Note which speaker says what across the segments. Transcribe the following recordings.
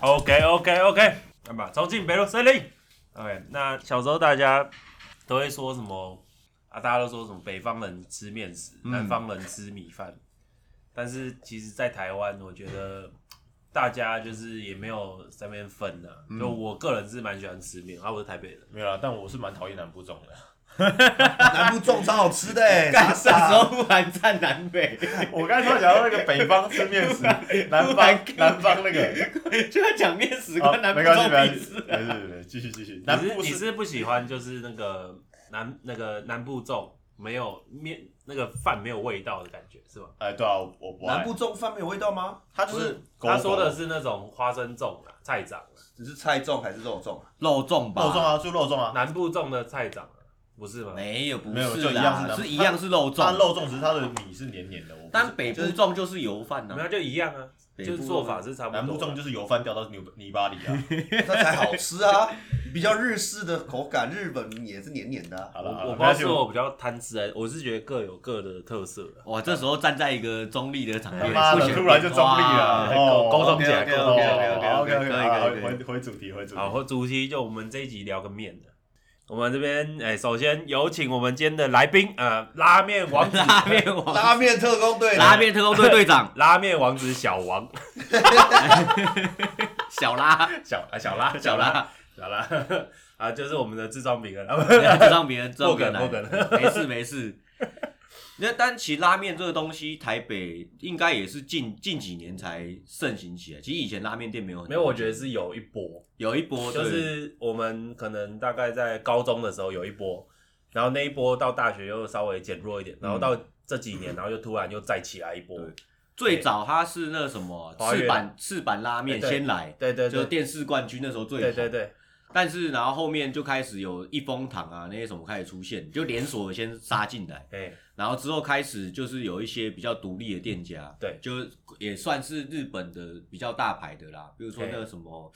Speaker 1: OK OK，那么走哎进北路森林。OK，那小时候大家都会说什么啊？大家都说什么北方人吃面食，
Speaker 2: 嗯
Speaker 1: 南方人吃米饭。但是其实，在台湾，我觉得大家就是也没有在那边分的、
Speaker 2: 嗯
Speaker 1: 就我个人是蛮喜欢吃面，啊，我是台北人。
Speaker 2: 没有啦，但我是蛮讨厌南部粽的。
Speaker 3: 南部粽超好吃的欸， 傻
Speaker 2: 啊
Speaker 4: 干啥
Speaker 3: 傻
Speaker 4: 时候忽然站南北，
Speaker 2: 我刚才说讲到那个北方吃面食，南方南方那个，
Speaker 4: 就要讲面食
Speaker 2: 啊
Speaker 4: 关南部
Speaker 2: 没关系没
Speaker 4: 粽
Speaker 2: 关
Speaker 4: 屁
Speaker 2: 系，
Speaker 4: 事。
Speaker 2: 没事没事，继续继续。
Speaker 1: 你
Speaker 2: 南
Speaker 1: 是
Speaker 2: 部
Speaker 1: 你
Speaker 2: 是
Speaker 1: 是不喜欢就是那个南那个南部粽没有面那个饭没有味道的感觉是吗？
Speaker 2: 哎，对啊，我我不爱
Speaker 3: 南部粽饭没有味道吗？
Speaker 2: 他
Speaker 1: 不
Speaker 2: 就是是，
Speaker 1: 他说的是那种花生粽啊，菜长啊，
Speaker 3: 只是菜粽还是肉粽？
Speaker 4: 肉粽吧，
Speaker 2: 肉粽啊，就肉粽啊，
Speaker 1: 南部粽的菜长啊，不是吗？
Speaker 4: 没有，不
Speaker 2: 没有
Speaker 4: 是
Speaker 2: 就一样是
Speaker 4: 啦，
Speaker 2: 南
Speaker 4: 是一样是肉
Speaker 2: 它
Speaker 4: 粽，
Speaker 2: 肉粽只是它的米是黏黏的，我不
Speaker 4: 但北部粽就是油饭
Speaker 1: 没
Speaker 4: 呐
Speaker 1: 有，就一样啊，
Speaker 4: 北
Speaker 1: 就
Speaker 4: 部
Speaker 1: 是做法是差
Speaker 2: 南
Speaker 1: 不
Speaker 2: 部
Speaker 1: 多
Speaker 2: 粽
Speaker 1: 的。
Speaker 2: 就是油饭掉到泥泥巴里啊。
Speaker 3: 那才好吃啊！比较日式的口感，日本也是黏黏的、啊。
Speaker 2: 好
Speaker 1: 我
Speaker 2: 了，好了
Speaker 1: 我不知道
Speaker 2: 没关系
Speaker 1: 是我比较贪吃还是，我是觉得各有各的特色啊。
Speaker 4: 哇，这时候站在一个中立的场
Speaker 2: 他
Speaker 4: 面，
Speaker 2: 妈
Speaker 4: 不
Speaker 2: 的，
Speaker 4: 选
Speaker 2: 突然就中立了，
Speaker 4: 哇
Speaker 2: 哦
Speaker 1: 沟通起来
Speaker 2: OK，OK，
Speaker 1: 沟通起来
Speaker 2: OK，OK，OK，
Speaker 4: 可
Speaker 2: OK，OK，
Speaker 4: 以可以可以
Speaker 2: 好回回主题，回主题。
Speaker 1: 好，和主题就我们这一集聊个面的。我们这边哎、首先有请我们今天的来宾啊、呃拉面王子，
Speaker 4: 拉面王，
Speaker 3: 拉面特工队的
Speaker 4: 哦拉面特工队队长
Speaker 1: 拉面王子小王，
Speaker 4: 小拉，
Speaker 1: 小啊小拉
Speaker 4: 小拉，
Speaker 1: 小拉啊，就是我们的自装饼人啊，
Speaker 4: 哎就让别人
Speaker 1: 破
Speaker 4: 撞
Speaker 1: 梗
Speaker 4: 梗
Speaker 1: 破
Speaker 4: 来，
Speaker 1: 梗。
Speaker 4: 没事没事。那但其实拉面这个东西，台北应该也是近近几年才盛行起来。其实以前拉面店没有很多，
Speaker 1: 没有，我觉得是有一波，
Speaker 4: 有一波
Speaker 1: 就
Speaker 4: 对
Speaker 1: 是我们可能大概在高中的时候有一波，然后那一波到大学又稍微减弱一点，然后到这几
Speaker 4: 嗯
Speaker 1: 年，然后又突然又再起来一波。
Speaker 4: 对最早它是那什么
Speaker 1: 华
Speaker 4: 赤
Speaker 1: 苑
Speaker 4: 坂赤坂拉面
Speaker 1: 对
Speaker 4: 先来，
Speaker 1: 对对
Speaker 4: 就
Speaker 1: 对
Speaker 4: 电视冠军那时候最
Speaker 1: 对
Speaker 4: 红
Speaker 1: 对对，
Speaker 4: 但是然后后面就开始有一风堂啊那些什么开始出现，就连锁先杀进来，
Speaker 1: 哎，
Speaker 4: 然后之后开始就是有一些比较独立的店家，
Speaker 1: 对
Speaker 4: 就也算是日本的比较大牌的啦，比如说那个什么，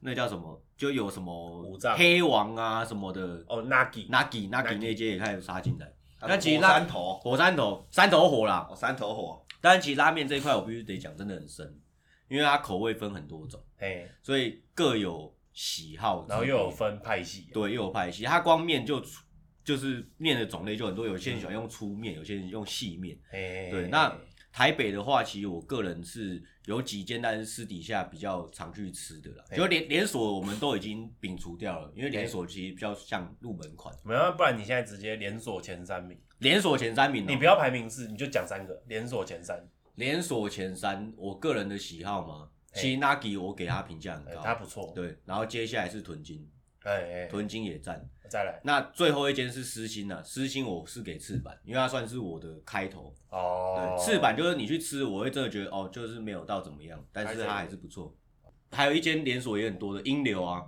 Speaker 4: 那叫什么，就有什么
Speaker 1: 五藏
Speaker 4: 黑王啊什么的
Speaker 1: 哦，Nagi，Nagi
Speaker 4: ，Nagi Nagi 那些也开始杀进来。
Speaker 3: 啊
Speaker 4: 那其实
Speaker 3: 火
Speaker 4: 拉
Speaker 3: 山头，
Speaker 4: 火山头山头火啦，
Speaker 3: 哦，山头火，
Speaker 4: 当然其实拉面这一块我必须得讲真的很深，因为它口味分很多种，
Speaker 1: 哎，
Speaker 4: 所以各有喜好之别，
Speaker 1: 然后又有分派系，
Speaker 4: 对，又有派系，它光面就出就是面的种类就很多，有些人喜欢用粗面，有些人用细面。
Speaker 1: 哎，
Speaker 4: 对那台北的话，其实我个人是有几间，但是私底下比较常去吃的啦。
Speaker 1: 嘿
Speaker 4: 就连连锁我们都已经摒除掉了，因
Speaker 1: 哎
Speaker 4: 为连锁其实比较像入门款。
Speaker 1: 没有，不然你现在直接连锁前三名，
Speaker 4: 连锁前三名、哦
Speaker 1: 你不
Speaker 4: 要
Speaker 1: 要排名次，你就讲三个连锁前三，
Speaker 4: 连锁前三，我个人的喜好嘛，
Speaker 1: 嘿
Speaker 4: 其实 Nagi 我给哎他评价很
Speaker 1: 哎
Speaker 4: 高，
Speaker 1: 它不错，
Speaker 4: 对。然后接下来是豚筋，
Speaker 1: 哎哎，
Speaker 4: 豚筋也赞。
Speaker 1: 再来
Speaker 4: 那最后一间是私心啊，私心我是给赤坂，因为它算是我的开头。
Speaker 1: 哦，
Speaker 4: 对，赤，坂就是你去吃，我会真的觉得哦，就是没有到怎么样，但是它还是不错。还有一间连锁也很多的英流啊，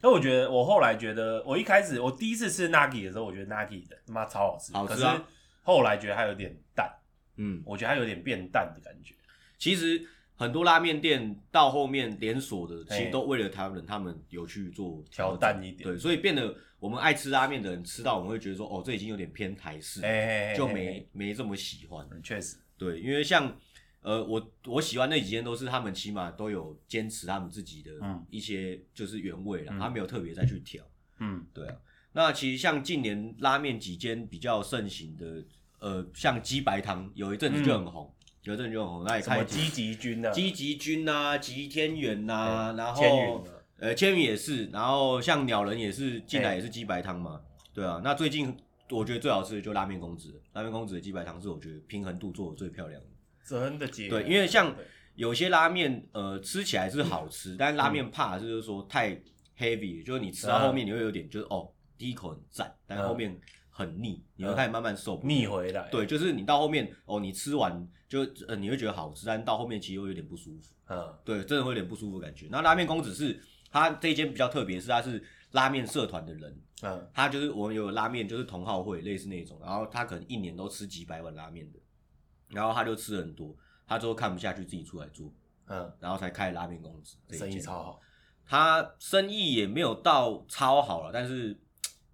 Speaker 1: 所以我觉得，我后来觉得，我一开始我第一次吃 Nagi 的时候，我觉得 Nagi 的他妈超好吃，
Speaker 4: 好
Speaker 1: 可
Speaker 4: 吃
Speaker 1: 是
Speaker 4: 啊
Speaker 1: 后来觉得它有点淡，
Speaker 4: 嗯，
Speaker 1: 我觉得它有点变淡的感觉。
Speaker 4: 其实很多拉面店到后面连锁的，
Speaker 1: 嘿
Speaker 4: 其实都为了台湾人，他们有去做
Speaker 1: 哎调
Speaker 4: 调整
Speaker 1: 淡一点
Speaker 4: 对，所以变得我们爱吃拉面的人吃到，我们会觉得说哦，这已经有点偏台式，
Speaker 1: 哎哎哎，哎
Speaker 4: 嗯就没没这么喜欢。
Speaker 1: 嗯确实，
Speaker 4: 对，因为像呃，我我喜欢那几间都是他们起码都有坚持他们自己的
Speaker 1: 嗯
Speaker 4: 一些就是原味啦，
Speaker 1: 嗯
Speaker 4: 他没有特别再去调。
Speaker 1: 嗯，
Speaker 4: 对啊，那其实像近年拉面几间比较盛行的，呃，像鸡白汤有一阵子就很红，有一阵子就很红，那
Speaker 1: 嗯
Speaker 4: 也
Speaker 1: 什么
Speaker 4: 开
Speaker 1: 积极军呢？
Speaker 4: 积极君啊、吉天元呐、然后
Speaker 1: 千云啊
Speaker 4: 呃千云也是，然后像鸟人也是进来也是鸡白汤嘛，对啊，那最近我觉得最好吃的就拉面公子了，拉面公子的鸡白汤是我觉得平衡度做的最漂亮的。
Speaker 1: 真的结
Speaker 4: 对，因为像有些拉面，呃，吃起来是好吃，但是拉面怕的是就是说太 heavy，就是你吃到后面你会有点就是哦，第一口很赞，但后面很腻，你会开始慢慢受不了。
Speaker 1: 逆回来，，
Speaker 4: 对，就是你到后面哦，你吃完就呃你会觉得好吃，但到后面其实又有点不舒服。
Speaker 1: 嗯，
Speaker 4: 对，真的会有点不舒服的感觉。那拉面公子是他这一间比较特别，是他是拉面社团的人，
Speaker 1: 嗯，
Speaker 4: 他就是我们有拉面，就是同好会类似那种，然后他可能一年都吃几百碗拉面的，然后他就吃很多，他最后看不下去自己出来做，
Speaker 1: 嗯，
Speaker 4: 然后才开拉面公司这一
Speaker 1: 生意
Speaker 4: 间
Speaker 1: 超好，
Speaker 4: 他生意也没有到超好了，但是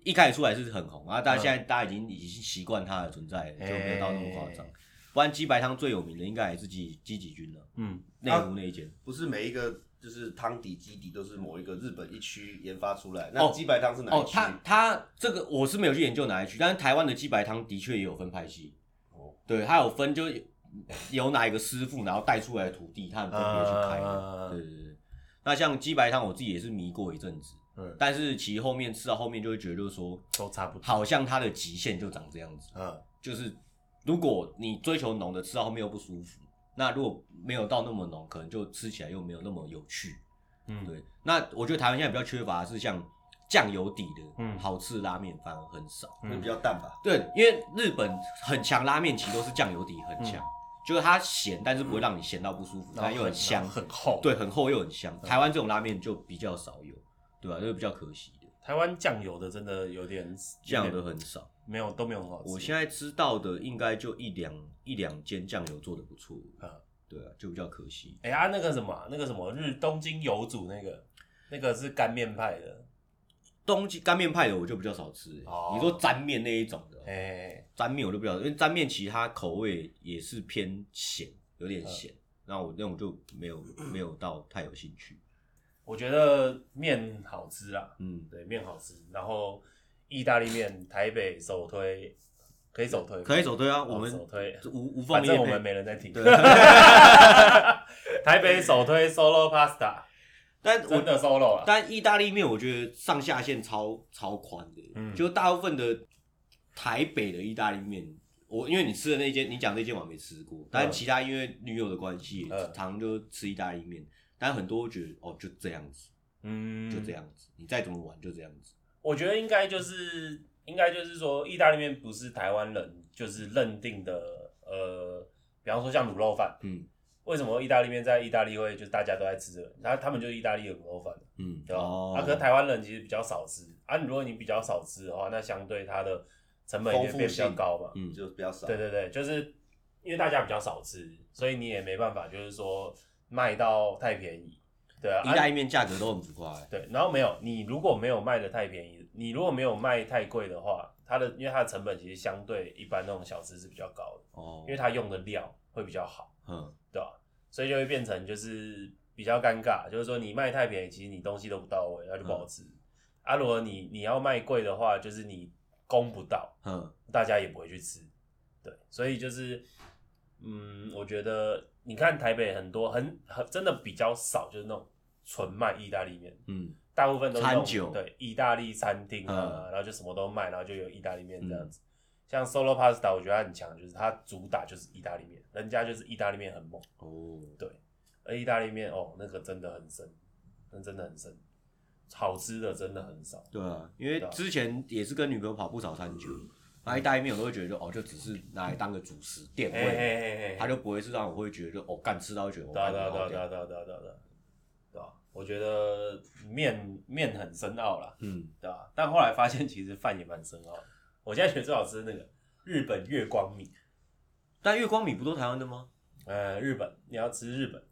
Speaker 4: 一开始出来是很红啊，但
Speaker 1: 嗯
Speaker 4: 现在大家已经已经习惯他的存在了，就没有到那么夸张
Speaker 1: 哎。
Speaker 4: 不然鸡白汤最有名的应该还是鸡鸡几军了，
Speaker 1: 嗯，
Speaker 4: 内湖那一间，
Speaker 3: 不是每一个就是汤底基底都是某一个日本一区研发出来。
Speaker 4: 哦
Speaker 3: 那鸡白汤是哪一
Speaker 4: 哦，
Speaker 3: 区？
Speaker 4: 他他这个我是没有去研究哪一区，但是台湾的鸡白汤的确也有分派系，
Speaker 3: 哦
Speaker 4: 对，它有分就有哪一个师傅，然后带出来的徒弟，他很分别去开
Speaker 3: 啊
Speaker 4: 的，
Speaker 1: 嗯
Speaker 4: 对对对。那像鸡白汤，我自己也是迷过一阵子，
Speaker 2: 嗯
Speaker 4: 但是其实后面吃到后面就会觉得就是说，
Speaker 1: 都差不多。
Speaker 4: 好像它的极限就长这样子，
Speaker 2: 嗯，
Speaker 4: 就是如果你追求浓的，吃到后面又不舒服，那如果没有到那么浓，可能就吃起来又没有那么有趣。
Speaker 1: 嗯，
Speaker 4: 对，那我觉得台湾现在比较缺乏的是像酱油底的，
Speaker 1: 嗯
Speaker 4: 好吃的拉面反而很少。
Speaker 3: 那比
Speaker 1: 嗯
Speaker 3: 较淡吧。
Speaker 4: 对，因为日本很强拉面其实都是酱油底很强，就是它咸，但是不会让你咸到不舒服，但嗯哦又很香，嗯
Speaker 1: 很厚。，
Speaker 4: 对，很厚又很香。台湾这种拉面就比较少有，对吧、这就比较可惜的，
Speaker 1: 台湾酱油的真的有点
Speaker 4: 酱油
Speaker 1: 有
Speaker 4: 的
Speaker 1: 点
Speaker 4: 很少。
Speaker 1: 没有都没有很好吃。
Speaker 4: 我现在知道的应该就一两一两间酱油做的不错，
Speaker 1: 嗯
Speaker 4: 对啊，就比较可惜。
Speaker 1: 哎呀，那个什么，那个什么日东京油煮那个，那个是干面派的。
Speaker 4: 东京干面派的我就比较少吃、
Speaker 1: 哦
Speaker 4: 你说沾面那一种的，
Speaker 1: 哎，
Speaker 4: 沾面我就不晓得，因为沾面其实它口味也是偏咸，有点咸。那我那我就没有没有到太有兴趣。
Speaker 1: 我觉得面好吃啦，
Speaker 4: 嗯，
Speaker 1: 对面好吃。然后意大利面，台北首推，可以首推吗，
Speaker 4: 可以首推啊，
Speaker 1: 哦
Speaker 4: 我们
Speaker 1: 首推。
Speaker 4: 无无
Speaker 1: 反
Speaker 4: 缝
Speaker 1: 正
Speaker 4: 业配
Speaker 1: 我们没人在听。
Speaker 4: 对
Speaker 1: 台北首推 solo pasta，
Speaker 4: 但
Speaker 1: 真
Speaker 4: 我
Speaker 1: 的 solo 了。
Speaker 4: 但意大利面我觉得上下限超超宽的，
Speaker 1: 嗯
Speaker 4: 就大部分的台北的意大利面。我因为你吃的那间，你讲那间我还没吃过，但其他因为女友的关系，
Speaker 1: 嗯
Speaker 4: 常就吃意大利面，但很多觉得哦就这样子，
Speaker 1: 嗯
Speaker 4: 就这样子，你再怎么玩就这样子。
Speaker 1: 我觉得应该就是应该就是说，意大利面不是台湾人就是认定的，呃，比方说像卤肉饭，
Speaker 4: 嗯
Speaker 1: 为什么意大利面在意大利会就是大家都在吃这个？然后他们就是意大利的卤肉饭，
Speaker 4: 嗯，
Speaker 1: 对吧？啊，可是台湾人其实比较少吃啊，你如果你比较少吃的话，那相对它的成本也
Speaker 3: 丰富
Speaker 1: 变比较
Speaker 3: 性
Speaker 1: 高嘛。
Speaker 4: 嗯
Speaker 3: 就比较少。
Speaker 1: 对对对，就是因为大家比较少吃，所以你也没办法就是说卖到太便宜，对啊。
Speaker 4: 意大
Speaker 1: 啊
Speaker 4: 利面价格都很浮夸、欸。
Speaker 1: 对，然后没有，你如果没有卖的太便宜，你如果没有卖太贵的话，它的因为它的成本其实相对一般那种小吃是比较高的，
Speaker 4: 哦
Speaker 1: 因为它用的料会比较好，
Speaker 4: 嗯，
Speaker 1: 对吧、所以就会变成就是比较尴尬，就是说你卖太便宜，其实你东西都不到位，那就不好吃。啊，如果你你要卖贵的话，就是你供不到，
Speaker 4: 嗯，
Speaker 1: 大家也不会去吃，对，所以就是，嗯，我觉得你看台北很多很很真的比较少，就是那种纯卖意大利面。
Speaker 4: 嗯，
Speaker 1: 大部分都是那种
Speaker 4: 餐酒嗯
Speaker 1: 对意大利餐厅啊，然后就什么都卖，然后就有意大利面这样子。像 Solo Pasta，我觉得它很强，就是它主打就是意大利面，人家就是意大利面很猛，
Speaker 4: 哦，
Speaker 1: 而意大利面哦，那个真的很深，那真的很深，好吃的真的很少。
Speaker 4: 对啊，因为
Speaker 1: 对啊嗯
Speaker 4: 之前也是跟女朋友跑不少餐酒，那意大利面我都会觉得哦，就只是拿来当个主食垫
Speaker 1: 嘿嘿
Speaker 4: 位，
Speaker 1: 嘿嘿嘿，
Speaker 4: 它就不会是让我会觉得哦，干吃到会觉得我
Speaker 1: 对啊
Speaker 4: 干
Speaker 1: 对啊对啊对啊
Speaker 4: 好掉。
Speaker 1: 对啊对啊对啊对啊对啊，我觉得面面很深奥啦，
Speaker 4: 嗯，
Speaker 1: 对吧、但后来发现其实饭也蛮深奥的。我现在觉得最好吃的那个日本月光米，
Speaker 4: 但月光米不都台湾的吗？
Speaker 1: 呃，日本，你要吃日本，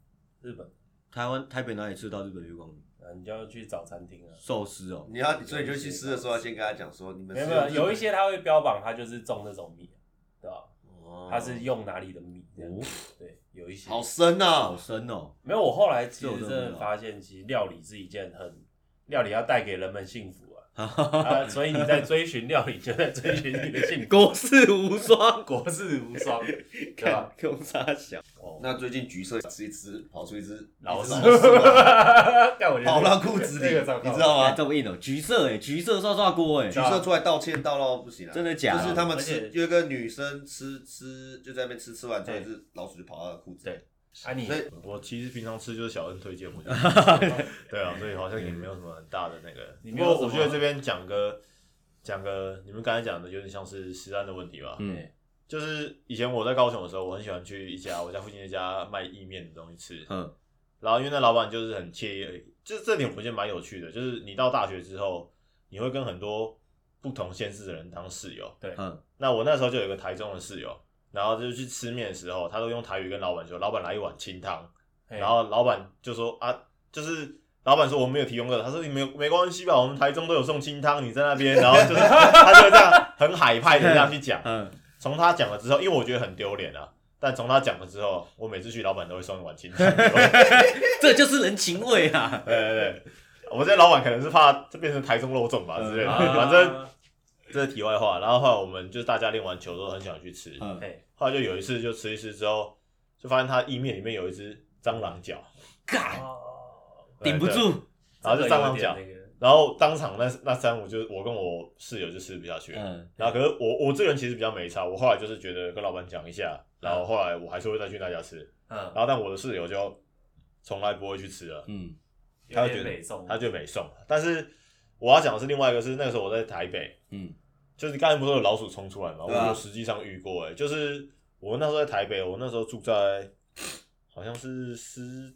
Speaker 1: 日本，
Speaker 4: 台湾台北哪里吃得到日本月光米？
Speaker 1: 呃，你就要去找餐厅啊。
Speaker 4: 寿司哦，
Speaker 3: 你要，所以就去吃的时候要先跟他讲说，你们
Speaker 1: 没有
Speaker 3: 是
Speaker 1: 没有，
Speaker 3: 日本
Speaker 1: 有一些他会标榜他就是种那种米，啊对吧？
Speaker 4: 哦
Speaker 1: 他是用哪里的米？这样
Speaker 4: 哦
Speaker 1: 对，有一些。
Speaker 3: 好深啊
Speaker 4: 好，深哦，
Speaker 1: 没有，我后来其
Speaker 4: 这我
Speaker 1: 实
Speaker 4: 都
Speaker 1: 真
Speaker 4: 不知道
Speaker 1: 的发现，其实料理是一件很，料理要带给人们幸福 啊。啊，所以你在追寻料理，就在追寻你的幸 福。
Speaker 4: 国士无双，
Speaker 1: 国士无双， 对啊吧
Speaker 4: 看？空差小，
Speaker 1: 哦，
Speaker 3: 那最近橘色吃一吃，跑出一只
Speaker 1: 老鼠
Speaker 3: 鼠啊，
Speaker 1: 但我觉得
Speaker 3: 跑到裤子里，
Speaker 1: 这个糟糕
Speaker 3: 你知道
Speaker 4: 哇，
Speaker 3: 吗？
Speaker 4: 这么硬哦，橘色哎，橘色刷刷锅哎
Speaker 3: 橘，
Speaker 1: 啊
Speaker 3: 色出来道歉道到不行了，
Speaker 4: 真的假的
Speaker 3: 就是他们
Speaker 1: 而
Speaker 3: 吃
Speaker 1: 且，
Speaker 3: 有一个女生吃吃就在那边吃，吃完之后
Speaker 1: 对
Speaker 3: 一只老鼠就跑到她的裤子。
Speaker 1: 对，啊你
Speaker 3: 所以
Speaker 2: 我其实平常吃就是小恩 推荐我就吃，对啊，所以好像也没有什么很大的那个。
Speaker 1: 你
Speaker 2: 不
Speaker 1: 没有
Speaker 2: 过
Speaker 1: 什么
Speaker 2: 我觉得这边讲个讲个，你们刚才讲的有点像是食安的问题吧。
Speaker 1: 啊
Speaker 4: 嗯
Speaker 2: 就是以前我在高雄的时候，我很喜欢去一家我家附近一家卖意面的东西吃，
Speaker 4: 嗯
Speaker 2: 然后因为那老板就是很惬意而已，就是这点我觉得蛮有趣的，就是你到大学之后，你会跟很多不同县市的人当室友。
Speaker 4: 嗯，
Speaker 2: 那我那时候就有一个台中的室友，然后就去吃面的时候，他都用台语跟老板说：“老板来一碗清汤。” 然后老板就说啊，就是老板说我没有提供这个，他说你没有没关系吧，我们台中都有送清汤，你在那边， 然后就是他就这样很海派的这样去讲。
Speaker 4: 嗯
Speaker 2: 从他讲了之后，因为我觉得很丢脸啊，但从他讲了之后，我每次去老板都会送一碗清汤。
Speaker 4: 这就是人情味 啊！
Speaker 2: 对对对，我这老板可能是怕这变成台中肉粽吧之类的，
Speaker 1: 啊
Speaker 2: 反正这是题外话。然后后来我们就大家练完球之后很想去吃，
Speaker 4: 嗯，
Speaker 1: 哎，
Speaker 2: 后来就有一次就吃一吃之后，就发现他意面里面有一只蟑螂脚，
Speaker 4: 干
Speaker 2: 对
Speaker 4: 顶不，
Speaker 2: 对
Speaker 4: 住，
Speaker 2: 然后就蟑螂脚，
Speaker 1: 哦这个有点
Speaker 2: 然后当场那那三五就是我跟我室友就吃不下去了。
Speaker 4: 嗯，
Speaker 2: 然后可是我我这个人其实比较没差，我后来就是觉得跟老板讲一下，然后后来我还是会再去那家吃，
Speaker 1: 那个，嗯，
Speaker 2: 然后但我的室友就从来不会去吃了，
Speaker 4: 嗯，
Speaker 2: 他
Speaker 1: 有
Speaker 2: 就觉
Speaker 1: 点
Speaker 2: 得
Speaker 1: 北宋，
Speaker 2: 他就没送。但是我要讲的是另外一个是那个时候我在台北，
Speaker 4: 嗯，
Speaker 2: 就是刚才不是有老鼠冲出来嘛，我
Speaker 3: 对啊
Speaker 2: 有实际上遇过哎、就是我那时候在台北，我那时候住在好像是师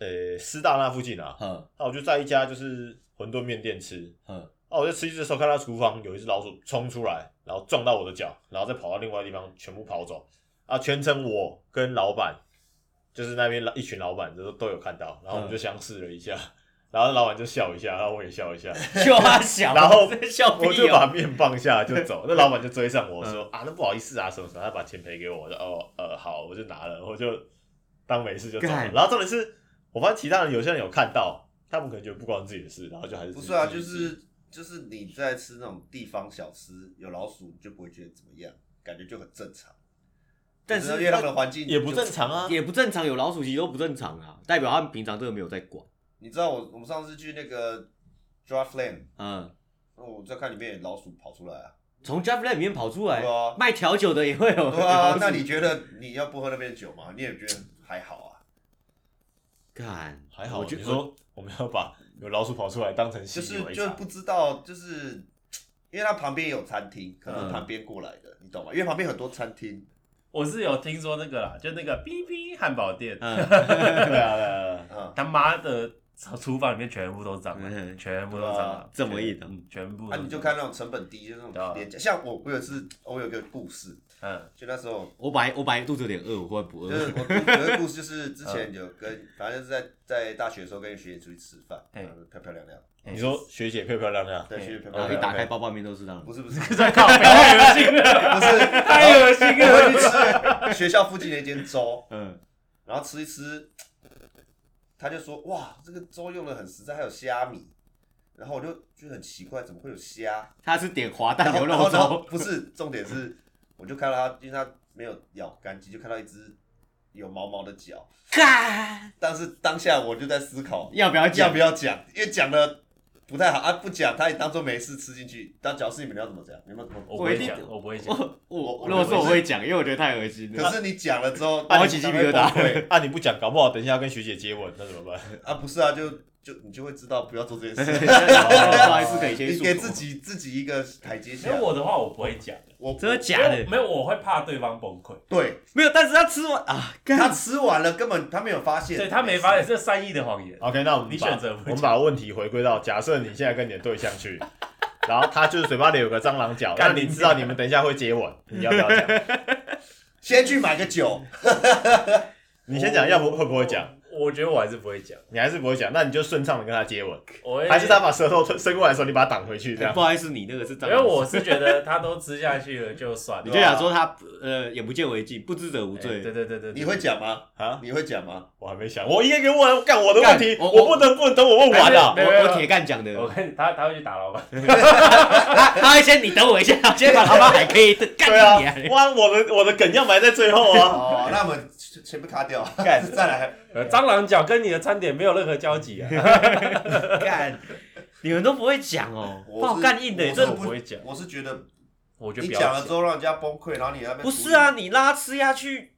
Speaker 2: 呃、师大那附近啊，
Speaker 4: 哼
Speaker 2: 那我就在一家就是馄饨面店吃，
Speaker 4: 哼，
Speaker 2: 啊，我在吃鸡的时候，看到厨房有一只老鼠冲出来，然后撞到我的脚，然后再跑到另外地方，全部跑走。啊，全程我跟老板，就是那边一群老板都都有看到，然后我
Speaker 4: 嗯
Speaker 2: 们就相视了一下，然后老板就笑一下，然后我也笑一下，
Speaker 4: 就他 小，
Speaker 2: 然后
Speaker 4: 笑屁
Speaker 2: 我就把
Speaker 4: 哦，嗯
Speaker 2: 面放下就 走。那老板就追上我说、啊，那不好意思啊，什么什么，他把钱赔给我，我说哦呃好，我就拿了，我就当没事就走了。
Speaker 4: 干
Speaker 2: 然后重点是，我发现其他人有些人有看到，他们可能觉得不关自己的事，然后就还是
Speaker 3: 不是啊，
Speaker 2: 自
Speaker 3: 就
Speaker 2: 己吃
Speaker 3: 是就是你在吃那种地方小吃，有老鼠你就不会觉得怎么样，感觉就很正常。
Speaker 4: 但是
Speaker 3: 因为他们的环境
Speaker 2: 也不
Speaker 3: 就
Speaker 2: 正。常啊，
Speaker 4: 也不正常，有老鼠其实都不正常啊，代表他们平常真的没有在管。
Speaker 3: 你知道我我们上次去那个 Draftland，
Speaker 4: 嗯，
Speaker 3: 那我在看里面有老鼠跑出来啊。
Speaker 4: 从 j a f f l a n 里面跑出来
Speaker 3: 对啊，
Speaker 4: 卖调酒的也会有。
Speaker 3: 对啊，那你觉得你要不喝那边的酒吗？你也觉得还好啊，
Speaker 4: 干
Speaker 2: 还好，
Speaker 4: 我
Speaker 2: 你
Speaker 4: 觉得
Speaker 2: 说我们要把有老鼠跑出来当成习
Speaker 3: 就
Speaker 2: 以
Speaker 3: 是
Speaker 2: 为
Speaker 3: 就
Speaker 2: 常
Speaker 3: 不，知道，就是因为它旁边有餐厅，可能
Speaker 4: 嗯
Speaker 3: 旁边过来的，你懂吗？因为旁边很多餐厅，
Speaker 1: 我是有听说那个啦，就那个 B B 汉堡店，
Speaker 4: 嗯，
Speaker 2: 对啊对啊对啊，
Speaker 3: 嗯，
Speaker 1: 他妈的厨房里面全部都蟑
Speaker 4: 嗯
Speaker 1: 螂，全部都蟑螂，
Speaker 4: 这么一的，
Speaker 1: 嗯全部都是蟑
Speaker 3: 那
Speaker 1: 螂，
Speaker 3: 啊你就看那种成本低，就是那
Speaker 1: 对啊
Speaker 3: 种廉价。像我，我有一次，我有一个故事，
Speaker 1: 嗯，
Speaker 3: 就那时候
Speaker 4: 我本来我本来肚子有点饿，我忽然不
Speaker 3: 就
Speaker 4: 饿。
Speaker 3: 是我有一个故事，就是之
Speaker 1: 嗯
Speaker 3: 前有跟，反正就是在在大学的时候跟学姐出去吃饭，
Speaker 1: 嘿
Speaker 3: 然后就漂漂亮亮，
Speaker 1: 哎
Speaker 2: 你说学姐漂漂亮 亮，
Speaker 3: 对，
Speaker 1: 嘿哦
Speaker 3: 学姐漂
Speaker 4: 然
Speaker 3: 漂
Speaker 4: 后一
Speaker 3: 亮
Speaker 4: 打
Speaker 3: 亮，
Speaker 4: 开包包里面都是蟑螂
Speaker 3: 不。是不是不
Speaker 1: 这
Speaker 3: 是，
Speaker 1: 在靠北太恶心了，太恶心
Speaker 3: 我
Speaker 1: 了，
Speaker 3: 们去吃学校附近的一间粥，
Speaker 4: 嗯
Speaker 3: 然后吃一吃，他就说哇，这个粥用的很实在，还有虾米，然后我就觉得很奇怪，怎么会有虾？
Speaker 4: 他是点滑蛋
Speaker 3: 然
Speaker 4: 牛
Speaker 3: 后然
Speaker 4: 肉
Speaker 3: 后然后
Speaker 4: 粥，
Speaker 3: 不是重点是，我就看到他，因为他没有咬干净，就看到一只有毛毛的脚，
Speaker 4: 干
Speaker 3: 但是当下我就在思考
Speaker 4: 要不要
Speaker 3: 要
Speaker 4: 讲
Speaker 3: 不？要讲，因为讲的不太好啊，不讲他也当做没事吃进去。但假如是你们要怎么讲？你们怎么？
Speaker 4: 哦
Speaker 1: 我不会讲，我不会讲，
Speaker 4: 我我
Speaker 3: 我
Speaker 4: 如果是我
Speaker 3: 我
Speaker 4: 会讲，因为我觉得太恶心
Speaker 3: 可
Speaker 4: 了。
Speaker 3: 是你讲了之后，
Speaker 4: 啊我起鸡皮疙瘩
Speaker 3: 对
Speaker 2: 啊你不讲，搞不好等一下跟学姐接吻，那怎么办？
Speaker 3: 啊，不是啊，就就你就会知道不要做这件事，
Speaker 4: 哦不好意思，可以先
Speaker 3: 你
Speaker 4: 说。
Speaker 3: 给自己自己一个台阶
Speaker 1: 因
Speaker 3: 下
Speaker 1: 为。我的话我不会讲，
Speaker 3: 我
Speaker 4: 真的
Speaker 1: 因
Speaker 4: 假
Speaker 1: 为
Speaker 4: 的？
Speaker 1: 没有，我会怕对方崩溃，
Speaker 3: 对
Speaker 4: 没有，但是他吃完啊，
Speaker 3: 他
Speaker 4: 干
Speaker 3: 吃完了，根本他没有发现，
Speaker 1: 所以他没发现这是善意的谎言，
Speaker 2: OK，那我们
Speaker 1: 你
Speaker 2: 把
Speaker 1: 选择不
Speaker 2: 我们
Speaker 1: 讲
Speaker 2: 把问题回归到，假设你现在跟你的对象 去，然后他就是嘴巴里有个蟑螂脚，但
Speaker 1: 干你
Speaker 2: 你知道你们等一下会接吻，你要不 要讲？
Speaker 3: 先去买个酒，
Speaker 2: 你先讲，要不会不会讲？
Speaker 1: 我觉得我还是不会讲，
Speaker 2: 你还是不会讲，那你就顺畅的跟他接吻，
Speaker 1: 我会
Speaker 2: 还是他把舌头伸过来的时候，你把他挡回去，这
Speaker 4: 哎
Speaker 2: 样
Speaker 4: 不好意思，你那个是蟑
Speaker 1: 因
Speaker 4: 螂。
Speaker 1: 为我是觉得他都吃下去了就算了，
Speaker 4: 你就想说他呃眼不见为净，不知者无
Speaker 1: 哎对
Speaker 4: 罪。
Speaker 1: 对对对，对
Speaker 3: 你会讲吗？
Speaker 2: 啊？
Speaker 3: 你会讲吗？
Speaker 2: 我还没想，我一个一个问，干我的问题，
Speaker 4: 干我
Speaker 2: 我不能不能等我问完啊
Speaker 1: 没
Speaker 4: 我
Speaker 1: 有没有哦
Speaker 4: 我铁干讲的，
Speaker 1: 我看他他会去打老板，
Speaker 4: 他他会先你等我一下，先把他妈还可以
Speaker 2: 对
Speaker 4: 干
Speaker 2: 啊
Speaker 4: 你啊！，
Speaker 2: 哇，我的我的梗要埋在最后 啊！
Speaker 3: 哦，那我们全全部卡掉， 哎再来。
Speaker 1: 呃蟑螂脚跟你的餐点没有任何交集 啊，
Speaker 4: 干，你们都不会讲哦，
Speaker 3: 我是
Speaker 4: 爆干硬的，
Speaker 3: 我
Speaker 1: 真
Speaker 4: 这
Speaker 1: 的
Speaker 3: 是
Speaker 1: 不会讲，
Speaker 3: 我是觉得
Speaker 1: 我就
Speaker 3: 你
Speaker 1: 不要
Speaker 3: 讲了之后让人家崩溃，然后你还没
Speaker 4: 不是啊，，你拉吃下去，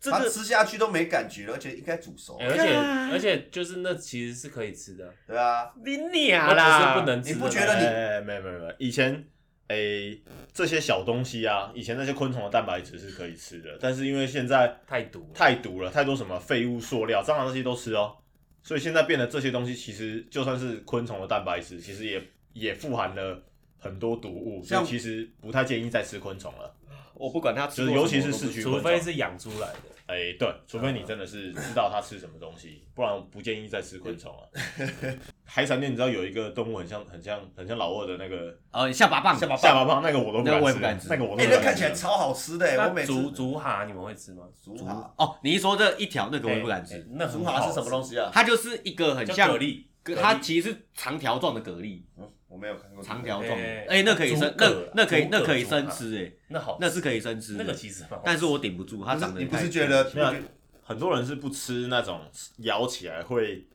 Speaker 4: 这
Speaker 3: 他
Speaker 4: 个
Speaker 3: 吃下去都没感觉了，而且应该煮熟
Speaker 1: 哎，而且
Speaker 4: 干
Speaker 1: 而且就是那其实是可以吃的，
Speaker 3: 对啊，
Speaker 4: 你俩
Speaker 1: 那
Speaker 4: 啦，
Speaker 1: 不是不能吃的，
Speaker 3: 你不觉得你
Speaker 2: 哎，没有没有没有，以前诶、这些小东西啊，以前那些昆虫的蛋白质是可以吃的，但是因为现在
Speaker 1: 太毒了？
Speaker 2: 太毒了，太多什么废物、塑料、蟑螂这些都吃哦，所以现在变得这些东西其实就算是昆虫的蛋白质，其实也也富含了很多毒物，所以
Speaker 3: 像
Speaker 2: 其实不太建议再吃昆虫了。
Speaker 4: 我不管他吃
Speaker 2: 就
Speaker 4: 过
Speaker 2: 是
Speaker 4: 什么，
Speaker 2: 尤其是市区
Speaker 1: 除
Speaker 2: 昆
Speaker 1: 非
Speaker 2: 虫，
Speaker 1: 是养出来的，
Speaker 2: 哎、对，除非你真的是知道它吃什么东西，不然不建议再吃昆虫了。啊海产店你知道有一个动物很像很像很像老二的那个
Speaker 4: 呃，下巴棒，
Speaker 3: 下巴棒
Speaker 2: 下巴胖，那个我都
Speaker 4: 那个我也
Speaker 2: 不
Speaker 4: 不
Speaker 2: 敢
Speaker 4: 敢
Speaker 2: 吃，
Speaker 4: 吃
Speaker 2: 那个我都
Speaker 3: 哎，
Speaker 2: 不
Speaker 3: 那
Speaker 2: 敢
Speaker 3: 看
Speaker 2: 吃
Speaker 3: 起来超好吃的欸，我
Speaker 1: 那
Speaker 3: 每次
Speaker 1: 竹竹蛤你们会吃吗？
Speaker 3: 竹
Speaker 4: 竹
Speaker 3: 蛤，
Speaker 4: 哦，你一说这一条那个我也不敢
Speaker 1: 哎
Speaker 4: 吃，
Speaker 1: 那很
Speaker 3: 竹蛤
Speaker 1: 好
Speaker 3: 是什么东
Speaker 1: 吃？
Speaker 3: 西啊？
Speaker 4: 它就是一个很
Speaker 1: 叫
Speaker 4: 像
Speaker 1: 蛤，蜊，蛤蜊
Speaker 4: 它其实是长条状的蛤蜊，
Speaker 3: 嗯，我没有看过
Speaker 4: 长条状
Speaker 1: 哎
Speaker 4: 的，哎，那可以
Speaker 1: 猪
Speaker 4: 生，那
Speaker 1: 蛤
Speaker 4: 那可以
Speaker 1: 猪蛤
Speaker 4: 那可以
Speaker 1: 猪
Speaker 4: 生
Speaker 1: 蛤
Speaker 4: 吃，哎，
Speaker 1: 那好，
Speaker 4: 那是可以生吃
Speaker 1: 那个
Speaker 4: 的，
Speaker 1: 其实蛮好吃，
Speaker 4: 但是我顶不住，它
Speaker 3: 不是
Speaker 4: 长得
Speaker 3: 你不
Speaker 4: 太
Speaker 3: 是觉得
Speaker 2: 没有
Speaker 3: 你不觉
Speaker 2: 很多人是不吃那种咬起来会